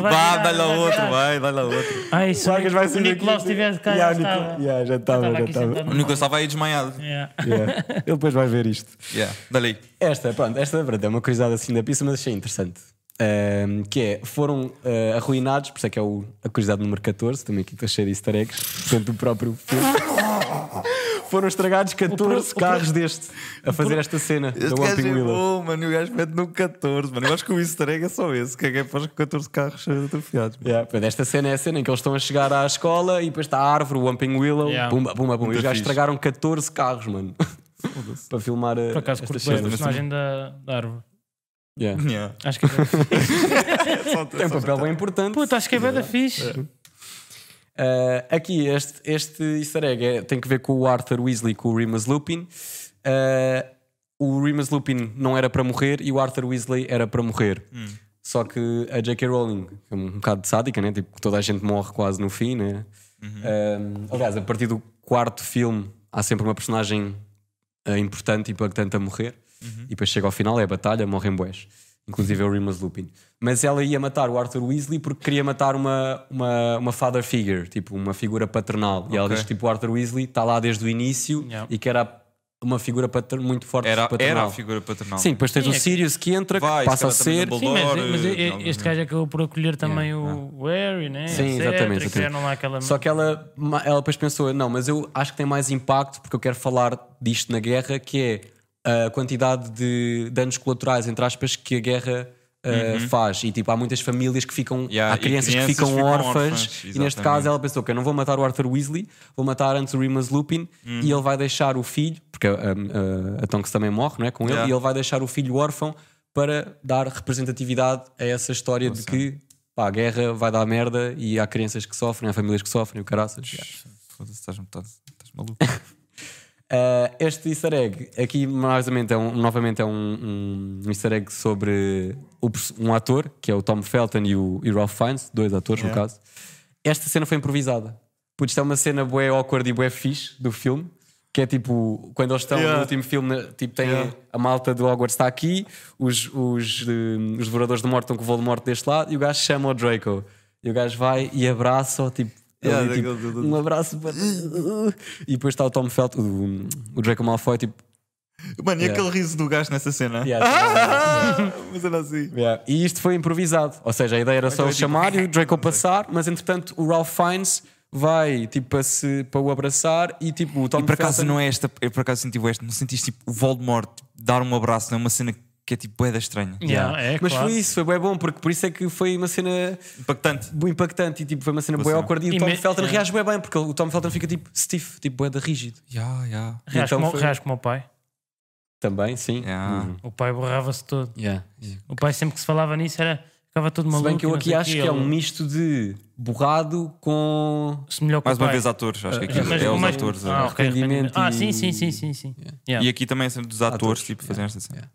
Speaker 3: Vá, dá-lhe ao outro, vai, dá-lhe ao outro.
Speaker 2: Ai, se o Nic- o Nicolau estivesse cá, já estava.
Speaker 1: já
Speaker 2: Já
Speaker 1: estava,
Speaker 2: estava aqui sentado
Speaker 3: O
Speaker 2: no
Speaker 3: Nicolas estava aí é desmaiado.
Speaker 2: banco. Yeah.
Speaker 1: (laughs) Ele depois vai ver isto.
Speaker 3: Yeah, dá-lhe aí.
Speaker 1: Esta, pronto, esta pronto, é uma curiosidade assim da pista, mas achei interessante. Ahm, que é, foram ah, arruinados, por isso é que é o, a curiosidade número 14, também aqui estou cheio de easter eggs, portanto o próprio filme. (laughs) foram estragados 14
Speaker 2: o pro-
Speaker 1: carros deste a fazer esta cena da
Speaker 3: Este gajo
Speaker 1: Whopping
Speaker 3: é
Speaker 1: Willow.
Speaker 3: bom, mano. E o gajo mete no 14, mano. Eu acho que o easter egg é só esse. Que é para os 14 carros atrofiados.
Speaker 1: Yeah, portanto, esta cena é a cena em que eles estão a chegar à escola e depois está a árvore, o Wamping Willow,
Speaker 2: Yeah.
Speaker 1: pumba, pumba, pumba. E os
Speaker 3: Muito
Speaker 1: gajos
Speaker 3: fixe.
Speaker 1: estragaram 14 carros, mano. (laughs) para filmar eh,
Speaker 2: Por acaso curto bem a personagem da, da árvore.
Speaker 1: Yeah.
Speaker 3: Yeah.
Speaker 2: Acho que
Speaker 1: (laughs)
Speaker 2: é bué da fixe.
Speaker 1: Tem um papel bem importante.
Speaker 2: Puta, acho que é bué da fixe.
Speaker 1: Uh, aqui, este, este easter egg é- tem que ver com o Arthur Weasley, com o Remus Lupin. Uh, o Remus Lupin não era para morrer e o Arthur Weasley era para morrer. Só que a J.K. Rowling, que é um bocado de sádica, né? tipo, toda a gente morre quase no fim. Né? Um, aliás, a partir do quarto filme há sempre uma personagem uh, importante e impactante a morrer.
Speaker 3: Uhum.
Speaker 1: E depois chega ao final, é a batalha, morrem boés. Inclusive é o Remus Lupin. Mas ela ia matar o Arthur Weasley porque queria matar uma, uma, uma father figure, tipo uma figura paternal. E ela
Speaker 3: Ok.
Speaker 1: diz que tipo, o Arthur Weasley está lá desde o início
Speaker 2: Yeah.
Speaker 1: e que era uma figura pater- muito forte
Speaker 3: Era,
Speaker 1: paternal.
Speaker 3: era a figura paternal.
Speaker 1: Sim, depois tens
Speaker 2: Sim,
Speaker 1: o
Speaker 2: é que-
Speaker 1: Sirius que entra, que
Speaker 3: Vai,
Speaker 1: passa a
Speaker 3: esse cara
Speaker 1: ser.
Speaker 3: também
Speaker 2: Sim, mas,
Speaker 3: Dumbledore,
Speaker 2: mas e-
Speaker 3: eh, não,
Speaker 2: e- este gajo é acabou por acolher também o Harry, né?
Speaker 1: Sim,
Speaker 2: etc.
Speaker 1: exatamente,
Speaker 2: E Criaram lá
Speaker 3: é?
Speaker 2: aquela.
Speaker 1: Só que ela, ela depois pensou: não, mas eu acho que tem mais impacto porque eu quero falar disto na guerra, que é a quantidade de danos colaterais, entre aspas, que a guerra uh, faz. E tipo, há muitas famílias que ficam,
Speaker 3: Uhum. Yeah,
Speaker 1: há
Speaker 3: e
Speaker 1: crianças,
Speaker 3: crianças
Speaker 1: que ficam,
Speaker 3: ficam
Speaker 1: órfãs.
Speaker 3: órfãs,
Speaker 1: e neste caso ela pensou: que eu não vou matar o Arthur Weasley, vou matar antes o Remus Lupin e ele vai deixar o filho, porque um, uh, a Tonks também morre, não é? Com ele,
Speaker 3: Yeah.
Speaker 1: e ele vai deixar o filho órfão para dar representatividade a essa história de que pá, a guerra vai dar merda e há crianças que sofrem, há famílias que sofrem, o caraças.
Speaker 3: Foda-se, estás, estás, estás maluco.
Speaker 1: Uh, este easter egg aqui mais ou menos, é um, novamente é um, um easter egg sobre o pers- um ator que é o Tom Felton e o e o Ralph Fiennes, dois atores no
Speaker 3: Yeah.
Speaker 1: caso. Esta cena foi improvisada. Putz, isto é uma cena bué awkward e bué fixe do filme. Que é tipo, quando eles estão
Speaker 3: Yeah.
Speaker 1: no último filme, né, tipo, tem
Speaker 3: Yeah.
Speaker 1: a malta do Hogwarts está aqui, os, os, eh, os devoradores de morte estão com o Voldemort deste lado e o gajo chama o Draco. E o gajo vai e abraça-o, tipo,
Speaker 3: Yeah,
Speaker 1: ali, tipo,
Speaker 3: daquele-
Speaker 1: um abraço para... uh, E depois está o Tom Felton, o, o Draco Malfoy, tipo,
Speaker 3: Mano, e
Speaker 1: Yeah.
Speaker 3: aquele riso do gajo nessa cena?
Speaker 1: Yeah,
Speaker 3: (laughs) Mas era assim.
Speaker 1: Yeah. E isto foi improvisado. Ou seja, a ideia era só
Speaker 3: Então
Speaker 1: o
Speaker 3: é tipo-
Speaker 1: chamar e o
Speaker 3: (laughs)
Speaker 1: Draco passar, mas entretanto o Ralph Fiennes vai tipo para, se, para o abraçar e tipo o Tom
Speaker 3: E por acaso
Speaker 1: Felton-
Speaker 3: não é esta, eu por acaso senti o este, não sentiste tipo o Voldemort tipo, dar um abraço, não é uma cena que é tipo boeda estranha.
Speaker 2: Yeah, é,
Speaker 1: Mas
Speaker 2: claro.
Speaker 1: foi isso, foi bem bom, porque por isso é que foi uma cena
Speaker 3: Impactante.
Speaker 1: bué impactante e tipo foi uma cena boa
Speaker 3: cena.
Speaker 1: awkward e
Speaker 2: E
Speaker 1: o Tom
Speaker 2: me-
Speaker 1: Felton
Speaker 2: é.
Speaker 1: reage bem bem, porque o Tom Felton fica tipo stiff, tipo boeda rígido.
Speaker 3: Yeah, yeah.
Speaker 2: Reage
Speaker 1: Então
Speaker 2: como,
Speaker 1: foi-
Speaker 2: reage como o pai.
Speaker 1: Também, sim.
Speaker 3: Yeah.
Speaker 1: Uhum.
Speaker 2: O pai borrava-se todo.
Speaker 1: Yeah. Yeah.
Speaker 2: O pai sempre que se falava nisso era. Ficava todo
Speaker 1: Se
Speaker 2: maluco.
Speaker 1: bem que eu
Speaker 2: e não sei
Speaker 1: aqui
Speaker 2: o
Speaker 1: acho
Speaker 2: quê,
Speaker 1: que é
Speaker 2: ele-
Speaker 1: um misto de borrado com
Speaker 2: Se melhor que
Speaker 3: Mais
Speaker 2: o
Speaker 3: uma
Speaker 2: pai.
Speaker 3: vez atores, acho que
Speaker 1: Uh,
Speaker 3: aqui
Speaker 2: Mas
Speaker 3: é os
Speaker 1: um.
Speaker 2: mais-
Speaker 3: atores.
Speaker 2: Ah,
Speaker 3: é.
Speaker 2: ok,
Speaker 1: Arrependimento
Speaker 2: Ah,
Speaker 1: e-
Speaker 2: sim, sim, sim, sim. sim.
Speaker 1: Yeah.
Speaker 2: Yeah.
Speaker 3: E aqui também é sempre dos atores,
Speaker 1: Atores,
Speaker 3: tipo,
Speaker 1: yeah.
Speaker 3: fazendo esta cena.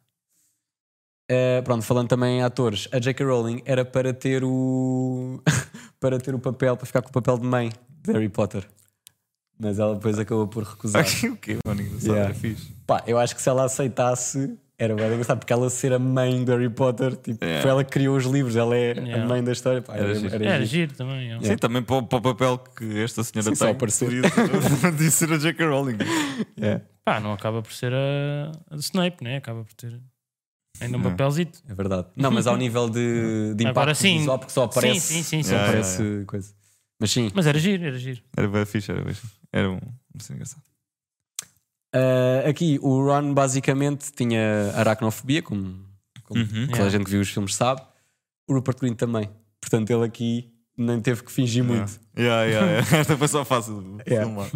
Speaker 1: Uh, pronto, falando também em atores, a J.K. Rowling era para ter o. (laughs) para ter o papel, para ficar com o papel de mãe de Harry Potter. Mas ela depois acabou por recusar.
Speaker 3: (laughs) Aqui o quê, mano? Engraçado,
Speaker 1: Yeah.
Speaker 3: é fixe.
Speaker 1: Pá, eu acho que se ela aceitasse, era bem engraçado, porque ela ser a mãe de Harry Potter, tipo,
Speaker 3: Yeah.
Speaker 1: foi ela que criou os livros, ela é
Speaker 2: Yeah.
Speaker 1: a mãe da história. Pá, era,
Speaker 3: Era giro.
Speaker 1: era
Speaker 2: É,
Speaker 1: giro.
Speaker 2: Era giro também. yeah.
Speaker 3: Sim, também para o, para o papel que esta senhora
Speaker 1: Sim, só
Speaker 3: tem.
Speaker 1: aparecer.
Speaker 3: podia- (laughs) Podia ser a J.K. Rowling.
Speaker 1: Yeah,
Speaker 2: Pá, não acaba por ser a, a de Snape, né? Acaba por ter ainda um
Speaker 3: Não.
Speaker 2: papelzito.
Speaker 1: é verdade. Não, mas ao nível de, de impacto
Speaker 2: Agora sim.
Speaker 1: visual, porque só
Speaker 2: Sim,
Speaker 1: aparece.
Speaker 2: sim, sim. sim.
Speaker 1: Só
Speaker 3: Yeah,
Speaker 1: aparece coisa. Mas sim.
Speaker 2: Mas era giro, era giro.
Speaker 3: Era bem fixe, era bem fixe. Era um, um cena engraçado.
Speaker 1: Uh, aqui, o Ron basicamente tinha aracnofobia, como, como
Speaker 3: Uhum.
Speaker 1: toda a gente que viu os filmes sabe. O Rupert Green também. Portanto, ele aqui nem teve que fingir muito.
Speaker 3: Ah. Yeah, yeah, yeah. (laughs) Esta foi só fácil de
Speaker 1: Yeah.
Speaker 3: filmar.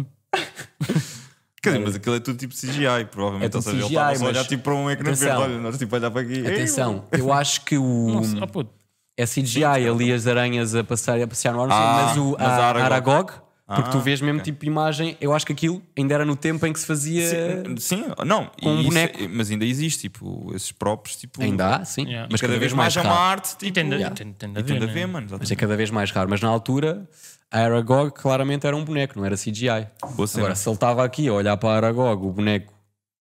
Speaker 3: Quer dizer, mas aquilo é tudo tipo CGI, provavelmente.
Speaker 1: É tudo
Speaker 3: Ou seja, ele
Speaker 1: CGI,
Speaker 3: estava só a
Speaker 1: mas-
Speaker 3: olhar tipo para um ecrã verde.
Speaker 1: Atenção.
Speaker 3: Olha, nós tipo a olhar para aqui.
Speaker 1: Atenção, eu acho que o.
Speaker 3: Um
Speaker 2: Nossa, oh puto.
Speaker 1: É CGI ali as aranhas a passar, a passear no ar, não sei,
Speaker 3: Ah,
Speaker 1: mas o
Speaker 3: mas
Speaker 1: a-
Speaker 3: a Aragog.
Speaker 1: Aragog, porque tu
Speaker 3: Ah,
Speaker 1: vês mesmo tipo imagem, eu acho que aquilo ainda era no tempo em que se fazia.
Speaker 3: Sim, sim, não. e
Speaker 1: um
Speaker 3: isso- é-
Speaker 1: boneco.
Speaker 3: mas ainda existe, tipo, esses próprios. Tipo,
Speaker 1: Ainda há, sim,
Speaker 2: Yeah.
Speaker 1: mas
Speaker 3: Cada, vez mais, é
Speaker 1: raro.
Speaker 3: uma arte. Tipo,
Speaker 2: E tem de,
Speaker 1: Yeah.
Speaker 2: tem, tem de
Speaker 3: e
Speaker 2: haver,
Speaker 3: tem de
Speaker 2: né?
Speaker 3: haver, mano.
Speaker 1: Mas é cada vez mais raro. Mas na altura, a Aragog claramente era um boneco, não era CGI.
Speaker 3: Boa cena.
Speaker 1: Agora, se ele estava aqui a olhar para a Aragog, o boneco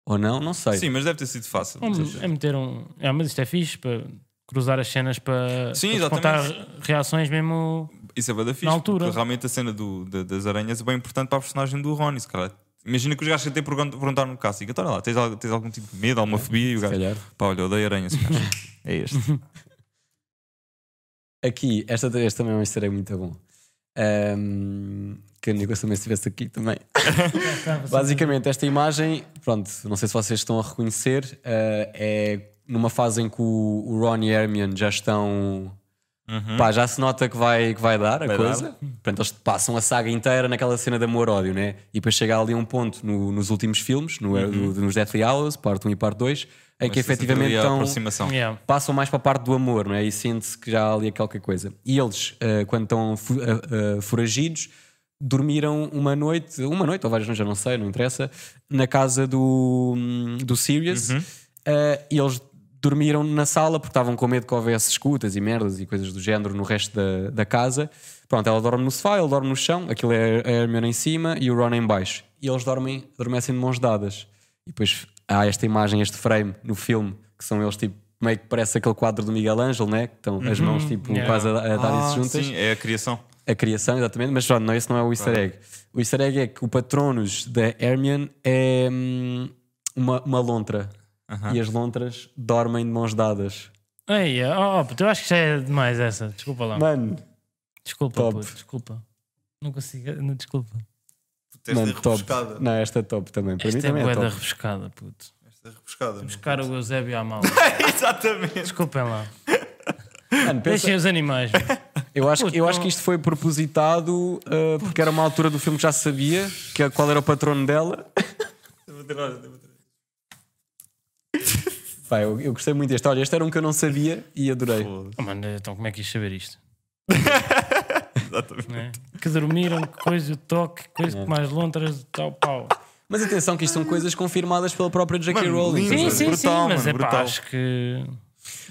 Speaker 1: ou não, não sei.
Speaker 3: Sim, mas deve ter sido fácil.
Speaker 2: Vamos-
Speaker 3: Ou seja,
Speaker 2: é meter um. Ah, mas isto é fixe para cruzar as cenas para,
Speaker 3: Sim,
Speaker 2: para descontar reações mesmo.
Speaker 3: Isso é bada fixe.
Speaker 2: Na altura.
Speaker 3: Porque realmente a cena do- da- das aranhas é bem importante para a personagem do Ronnie. se calhar. Imagina que os gajos até pergun- perguntaram no casting: Então, olha lá, tens, al- tens algum tipo de medo, alguma fobia? E o gajo,
Speaker 1: É, calhar.
Speaker 3: pá, olha, eu odeio
Speaker 1: (laughs)
Speaker 3: aranhas. cara." é este.
Speaker 1: Aqui, esta, esta também é uma história muito bom. Ahm, que o Nicolas também estivesse aqui também. Basicamente, esta imagem, pronto, não sei se vocês estão a reconhecer, eh, é numa fase em que o, o Ron e a Hermione já estão. Pá, já se nota que vai, que vai dar a
Speaker 3: Uhum. Vai dar.
Speaker 1: coisa. Portanto, eles passam a saga inteira naquela cena de amor-ódio, né? E depois chega ali um ponto no- nos últimos filmes, no,
Speaker 3: Uhum.
Speaker 1: do- nos Deathly Hallows, parte 1 e parte 2, em que
Speaker 3: Essa
Speaker 1: efetivamente
Speaker 3: seria é a
Speaker 1: estão
Speaker 3: aproximação.
Speaker 2: Yeah.
Speaker 1: passam mais para a parte do amor, não é? E sente-se que já há ali qualquer coisa. E eles, eh, quando estão fu- eh, eh, foragidos, dormiram uma noite, uma noite ou várias noites, já não sei, não interessa, na casa do, hum, do Sirius. Eh, e eles dormiram na sala porque estavam com medo que houvesse escutas e merdas e coisas do género no resto da, da casa. Pronto, ela dorme no sofá, ele dorme no chão, aquilo é a Hermione em cima e o Ron em baixo. E eles dormem, adormecem de mãos dadas. E depois há esta imagem, este frame no filme, que são eles tipo, meio que parece aquele quadro do Miguel Ângelo, né? Que estão as mãos tipo
Speaker 2: Uhum. yeah.
Speaker 1: quase a, a dar
Speaker 3: Ah,
Speaker 1: isso juntas.
Speaker 3: Sim, é a criação.
Speaker 1: A criação, exatamente, mas pronto, não, esse não é o easter egg. O easter egg é que o Patronus da Hermione é hum, uma, uma lontra. E as lontras dormem de mãos dadas.
Speaker 2: Ei, oh, oh, puto, eu acho que já é demais essa. Desculpa lá.
Speaker 1: Mano,
Speaker 2: desculpa,
Speaker 1: top.
Speaker 2: puto, desculpa. Não consigo. Não, desculpa.
Speaker 1: mano, top. Não, esta é top também. Para mim
Speaker 2: Esta é
Speaker 1: também é
Speaker 2: boeda
Speaker 1: top.
Speaker 2: rebuscada, puto.
Speaker 3: Esta é rebuscada. mano.
Speaker 2: Buscar o Eusébio à (laughs) mão.
Speaker 3: Exatamente.
Speaker 2: Desculpem lá.
Speaker 1: Mano, pensa-
Speaker 2: Deixem os animais. mano.
Speaker 1: eu, acho, que- eu
Speaker 2: Puto,
Speaker 1: acho que
Speaker 2: não.
Speaker 1: isto foi propositado uh, porque era uma altura do filme que já se sabia que, qual era o patrono dela. Pá, eu, eu gostei muito deste. Olha, este era um que eu não sabia e adorei.
Speaker 2: Oh, mano, então como é que ias saber (laughs) isto?
Speaker 3: Exatamente.
Speaker 2: né? Que dormiram, que coisa, o toque, coisa
Speaker 1: É.
Speaker 2: que mais lontras, tal pau.
Speaker 1: Mas atenção, que isto são coisas confirmadas pela própria J.K.
Speaker 3: Mano,
Speaker 1: Rowling.
Speaker 3: lindo.
Speaker 2: Sim,
Speaker 3: Sim,
Speaker 2: sim,
Speaker 3: brutal,
Speaker 2: sim, mas
Speaker 3: mano,
Speaker 2: é pá,
Speaker 3: brutal.
Speaker 2: acho que.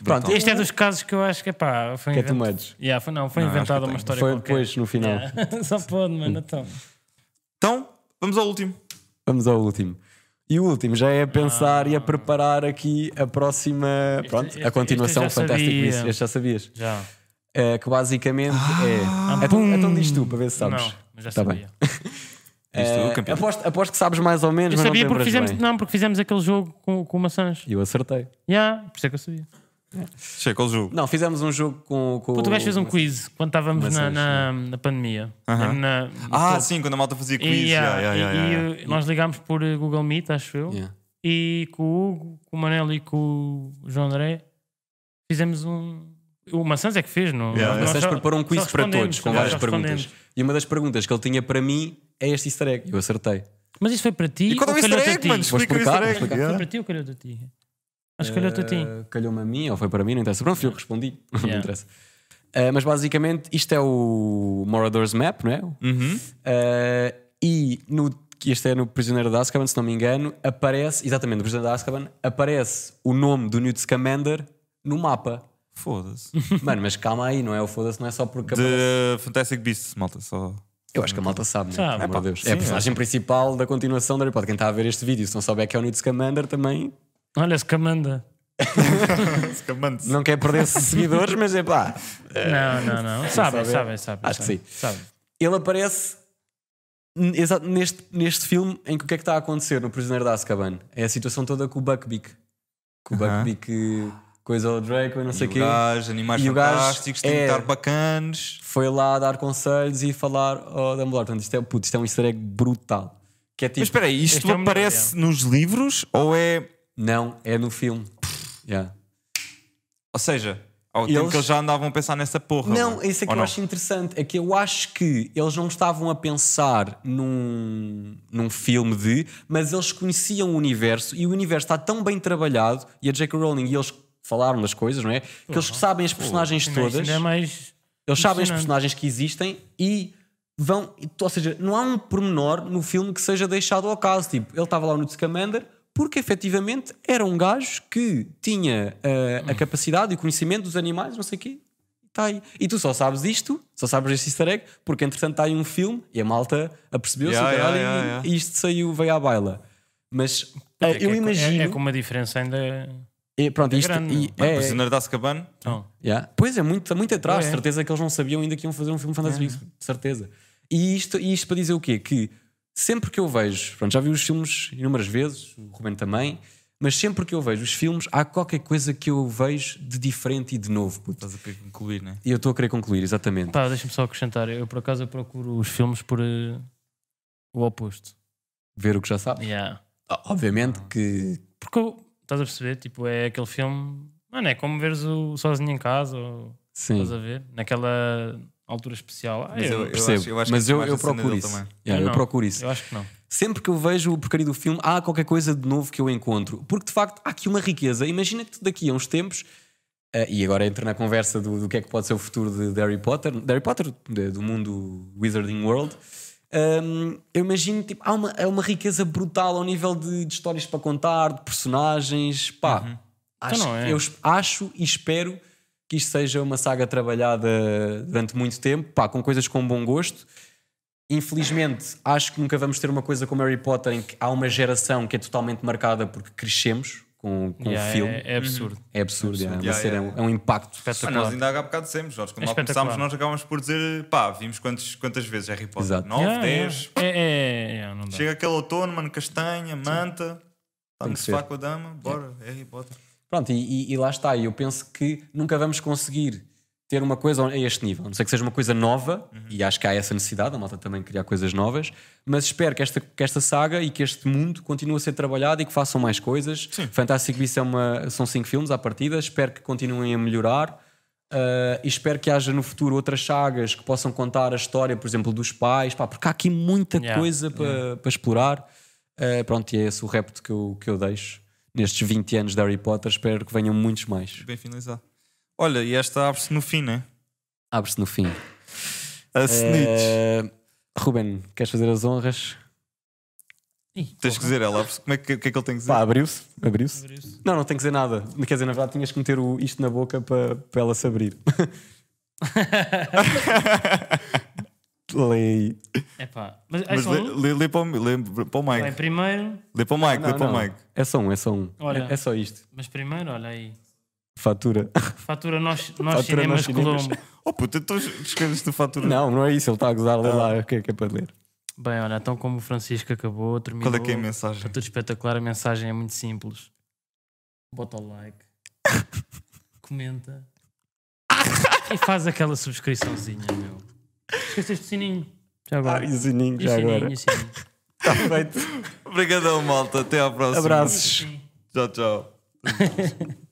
Speaker 1: Pronto,
Speaker 2: Este é dos casos que eu acho que é pá, foi
Speaker 1: Que é too
Speaker 2: inventado.
Speaker 1: much.
Speaker 2: Yeah, foi, não, foi
Speaker 3: Não, acho
Speaker 2: inventada
Speaker 3: que
Speaker 2: uma
Speaker 3: tem.
Speaker 1: é
Speaker 2: história
Speaker 1: Foi
Speaker 2: qualquer.
Speaker 1: depois, no final.
Speaker 2: Yeah. (laughs) Só pode, mano, então.
Speaker 3: Então, vamos ao último.
Speaker 1: Vamos ao último. E o último já é a pensar e a preparar aqui a próxima. pronto,
Speaker 2: Ah. este-
Speaker 1: a continuação
Speaker 2: este eu já
Speaker 1: fantástica.
Speaker 2: sabia.
Speaker 1: Este já sabias.
Speaker 2: Já.
Speaker 1: É, que basicamente
Speaker 3: Ah.
Speaker 1: é. Então, então diz tu para ver se sabes.
Speaker 2: Ah, Não, mas já
Speaker 1: Tá
Speaker 2: sabia.
Speaker 1: bem.
Speaker 3: Diz tu,
Speaker 1: É,
Speaker 3: campeão.
Speaker 1: aposto, aposto que sabes mais ou menos,
Speaker 2: Eu
Speaker 1: mas
Speaker 2: sabia
Speaker 1: não te
Speaker 2: porque
Speaker 1: lembras
Speaker 2: fizemos,
Speaker 1: bem.
Speaker 2: não, porque fizemos aquele jogo com, com maçãs.
Speaker 1: E eu acertei.
Speaker 2: Yeah, por isso é que eu sabia.
Speaker 3: Checa o jogo.
Speaker 1: Não, fizemos um jogo com. com
Speaker 2: Outro gajo fez um quiz quando estávamos na,
Speaker 1: maçãs,
Speaker 2: na, na pandemia.
Speaker 3: Aham.
Speaker 2: Na- no
Speaker 3: Ah,
Speaker 2: topo.
Speaker 3: sim, quando a malta fazia
Speaker 2: E,
Speaker 3: quiz.
Speaker 2: yeah,
Speaker 3: yeah, yeah,
Speaker 2: e-
Speaker 3: yeah,
Speaker 2: e,
Speaker 3: yeah.
Speaker 2: eu- nós ligámos por eh, Google Meet, acho eu.
Speaker 1: Yeah.
Speaker 2: E com o Hugo, com o Manel e com o João André fizemos um. O Maçãs é que fez, não?
Speaker 3: Yeah,
Speaker 2: Nós
Speaker 1: Vocês
Speaker 2: só-
Speaker 1: preparou um
Speaker 2: só
Speaker 1: quiz para
Speaker 2: respondemos,
Speaker 1: todos, com
Speaker 2: só
Speaker 1: várias
Speaker 2: respondemos.
Speaker 1: perguntas. E uma das perguntas que ele tinha para mim é este easter egg. Eu acertei.
Speaker 2: Mas isso foi para ti?
Speaker 3: E quando
Speaker 2: ou
Speaker 3: é o
Speaker 2: calhou-te
Speaker 3: easter
Speaker 2: a ti?
Speaker 3: egg, mano?
Speaker 1: Vou
Speaker 3: Explica o
Speaker 1: explicar,
Speaker 3: easter
Speaker 1: vou
Speaker 3: egg.
Speaker 1: explicar.
Speaker 2: Foi
Speaker 3: yeah.
Speaker 2: para ti ou calhou-te a ti? Acho que calhou-te a ti.
Speaker 1: Eh, Calhou-me a mim, ou foi para mim, não interessa. Pronto, fui eu que respondi, (laughs) não
Speaker 2: Yeah.
Speaker 1: interessa. Eh, mas basicamente isto é o Moroder's Map, não é?
Speaker 3: Uhum.
Speaker 1: Eh, e no, que este é no Prisioneiro de Azkaban, se não me engano, aparece, exatamente, no Prisioneiro de Azkaban, aparece o nome do Newt Scamander no
Speaker 2: (laughs)
Speaker 1: mapa.
Speaker 3: Foda-se.
Speaker 1: Mano, mas calma aí, não é? O foda-se, não é só porque aparece.
Speaker 3: De Fantastic Beasts, malta.
Speaker 1: (laughs)
Speaker 3: Só.
Speaker 1: Eu acho que a malta sabe, né?
Speaker 2: Sabe.
Speaker 1: Pelo amor de Deus.
Speaker 3: Sim,
Speaker 1: é a personagem principal da continuação da Harry Potter. Quem está a ver este vídeo, se não souber que é o Newt Scamander, também
Speaker 2: Olha, se camanda.
Speaker 3: Scamante.
Speaker 1: não quer perder (laughs) seguidores, mas é pá.
Speaker 2: Não, não, não. Sabem, sabem, sabem.
Speaker 1: Acho que
Speaker 2: sabem,
Speaker 1: sim.
Speaker 2: sabem.
Speaker 1: Ele aparece n- exato neste, neste filme em que o que é que está a acontecer no Prisioneiro de Azkaban? É a situação toda com o Buckbeak. Com o
Speaker 3: Aham.
Speaker 1: Buckbeak, eh, coisa ao Draco e não sei
Speaker 3: E
Speaker 1: o
Speaker 3: o
Speaker 1: quê.
Speaker 3: gajo, animais
Speaker 1: E o gajo
Speaker 3: fantásticos, têm
Speaker 1: é-
Speaker 3: que estar bacanas.
Speaker 1: Foi lá dar conselhos e falar ao Dumbledore. Portanto, isto é, puto, isto é um easter egg brutal. Que é tipo,
Speaker 3: Mas espera aí, isto
Speaker 2: Este é o melhor,
Speaker 3: aparece nos livros ou é.
Speaker 1: não, é no filme. Yeah.
Speaker 3: Ou seja, Ao tempo
Speaker 1: Eles-
Speaker 3: que eles já andavam a pensar nessa porra.
Speaker 1: Não,
Speaker 3: mano.
Speaker 1: isso é que
Speaker 3: Ou
Speaker 1: eu
Speaker 3: não?
Speaker 1: acho interessante. É que eu acho que eles não estavam a pensar num, num filme de, mas eles conheciam o universo e o universo está tão bem trabalhado e a J.K. Rowling e eles falaram das coisas, não é? Que eles
Speaker 3: Uhum.
Speaker 1: sabem as personagens
Speaker 2: Ainda-
Speaker 1: todas,
Speaker 2: Ainda é mais.
Speaker 1: eles sabem as
Speaker 2: impressionante.
Speaker 1: personagens que existem e vão. Ou seja, não há um pormenor no filme que seja deixado ao caso. Tipo, ele estava lá no Scamander. Porque efetivamente era um gajo que tinha eh, a capacidade e o conhecimento dos animais, não sei o quê, Está aí. E tu só sabes isto, só sabes este easter egg, porque entretanto está aí um filme e a malta apercebeu-se
Speaker 3: Yeah,
Speaker 1: e caralho,
Speaker 3: yeah,
Speaker 1: e-
Speaker 3: yeah,
Speaker 1: e isto saiu, veio à baila. Mas
Speaker 2: É
Speaker 1: eh,
Speaker 2: que é
Speaker 1: eu
Speaker 2: co- é-
Speaker 1: imagino.
Speaker 2: É, com uma diferença ainda. Então,
Speaker 1: e pronto, isto.
Speaker 2: grande,
Speaker 1: e-
Speaker 3: Mano,
Speaker 1: é, é,
Speaker 3: Prisioneiro de Azkaban,
Speaker 2: Não.
Speaker 1: yeah. Pois é, muito, muito atrás,
Speaker 2: É.
Speaker 1: certeza que eles não sabiam ainda que iam fazer um filme
Speaker 3: É.
Speaker 1: fantástico, de certeza. E isto, e isto para dizer o quê? Que sempre que eu vejo, pronto, já vi os filmes inúmeras vezes, o Ruben também. Mas sempre que eu vejo os filmes, há qualquer coisa que eu vejo de diferente e de novo. puto.
Speaker 3: estás a querer concluir, né?
Speaker 1: E eu estou a querer concluir, exatamente.
Speaker 2: Pá, deixa-me só acrescentar. Eu por acaso eu procuro os filmes por eh, o oposto.
Speaker 1: Ver o que já sabe.
Speaker 2: Yeah.
Speaker 1: Obviamente que.
Speaker 2: Porque eu- estás a perceber? Tipo, é aquele filme. Mano, é como veres o sozinho em casa ou
Speaker 1: Sim.
Speaker 2: estás a ver? Naquela altura especial. Ah,
Speaker 3: Mas
Speaker 2: eu,
Speaker 3: eu-
Speaker 1: Percebo,
Speaker 3: acho- eu acho que
Speaker 1: mas
Speaker 3: isso
Speaker 1: eu,
Speaker 3: mais
Speaker 1: eu
Speaker 3: a cena
Speaker 1: procuro
Speaker 3: dele
Speaker 1: isso.
Speaker 3: também.
Speaker 1: Yeah,
Speaker 2: Eu
Speaker 1: eu
Speaker 2: não.
Speaker 1: procuro isso.
Speaker 2: eu acho que não.
Speaker 1: Sempre que eu vejo o porcaria do filme, há qualquer coisa de novo que eu encontro. Porque de facto há aqui uma riqueza. Imagina que daqui a uns tempos, eh, e agora entro na conversa do, do que é que pode ser o futuro de, de Harry Potter, de Harry Potter, de- do mundo Wizarding World. Hum, eu imagino, tipo, há uma, há uma riqueza brutal ao nível de, de histórias para contar, de personagens. Pá, acho,
Speaker 2: Então não é.
Speaker 1: eu es- acho e espero que isto seja uma saga trabalhada durante muito tempo, pá, com coisas com bom gosto. Infelizmente, acho que nunca vamos ter uma coisa como Harry Potter em que há uma geração que é totalmente marcada porque crescemos com, com
Speaker 2: Yeah,
Speaker 1: o Um filme.
Speaker 2: É, é absurdo.
Speaker 1: É absurdo, é, uma
Speaker 3: Yeah,
Speaker 1: cena,
Speaker 3: yeah.
Speaker 1: é um impacto.
Speaker 3: Ah,
Speaker 2: Espetacular.
Speaker 3: nós ainda há bocado dissemos, nós quando
Speaker 2: É
Speaker 3: mal começámos,
Speaker 2: espetacular.
Speaker 3: nós acabámos por dizer pá, vimos quantos, quantas vezes Harry Potter?
Speaker 1: Exato.
Speaker 3: 9,
Speaker 2: Yeah,
Speaker 3: 10.
Speaker 2: yeah. É, é, é, é, não dá.
Speaker 3: Chega aquele outono, mano, castanha, manta, está no
Speaker 1: que
Speaker 3: sofá
Speaker 1: ser.
Speaker 3: com a dama, bora, Harry Potter.
Speaker 1: Pronto, e, e- e lá está. E eu penso que nunca vamos conseguir ter uma coisa a este nível. A Não sei que seja uma coisa nova, e acho que há essa necessidade, a malta também criar coisas novas, mas espero que esta, que esta saga e que este mundo continue a ser trabalhado e que façam mais coisas. Fantastic Beasts é uma, são cinco filmes à partida, espero que continuem a melhorar. ah, e espero que haja no futuro outras sagas que possam contar a história, por exemplo, dos pais, pá, porque há aqui muita
Speaker 2: Yeah.
Speaker 1: coisa para para explorar. Uh, pronto, e é esse o repto que eu, que eu deixo nestes 20 anos de Harry Potter. Espero que venham muitos mais.
Speaker 3: Bem finalizado. Olha, e esta abre-se no fim, né?
Speaker 1: Abre-se no fim.
Speaker 3: A Snitch.
Speaker 1: Uh, Ruben, queres fazer as honras?
Speaker 2: Ih,
Speaker 3: Tens que dizer, ela abre-se. Como é que, o que é que ele tem que dizer?
Speaker 1: Pá, abriu-se. Abriu-se.
Speaker 2: abriu-se.
Speaker 1: Não, não tem que dizer nada. Quer dizer, na verdade, tinhas que meter o, isto na boca para para ela se abrir. (laughs) Lei.
Speaker 2: É pá. Mas, é
Speaker 3: Mas
Speaker 2: só
Speaker 3: lê,
Speaker 2: um?
Speaker 3: lê- lê para o, lê para o
Speaker 2: Bem,
Speaker 3: Mike.
Speaker 2: primeiro,
Speaker 3: Lê para o Mike, lê
Speaker 1: Não,
Speaker 3: para o
Speaker 1: não.
Speaker 3: Mike.
Speaker 1: É só um, é só um.
Speaker 2: Olha.
Speaker 1: É, é só isto.
Speaker 2: mas primeiro, olha aí.
Speaker 1: Fatura. (laughs)
Speaker 2: Fatura nós, nós
Speaker 1: Fatura
Speaker 2: cinemas
Speaker 1: Nós Cinemas.
Speaker 2: Colombo.
Speaker 3: Oh puta, então escreves-te fatura.
Speaker 1: Não, não é isso. Ele está a gozar. Lê lá o que é que é para ler.
Speaker 2: Bem, olha, então como o Francisco acabou, terminou.
Speaker 3: Qual é que é a mensagem?
Speaker 2: Está tudo espetacular, a mensagem é muito simples. Bota o like, comenta e faz aquela subscriçãozinha, meu. Esqueceste do sininho. Já agora.
Speaker 1: Ah, e o sininho,
Speaker 2: E o
Speaker 1: já
Speaker 2: sininho,
Speaker 1: agora.
Speaker 2: e o sininho.
Speaker 1: Está (laughs) feito.
Speaker 3: Obrigadão, malta. Até à próxima.
Speaker 1: Abraços.
Speaker 3: Tchau, tchau.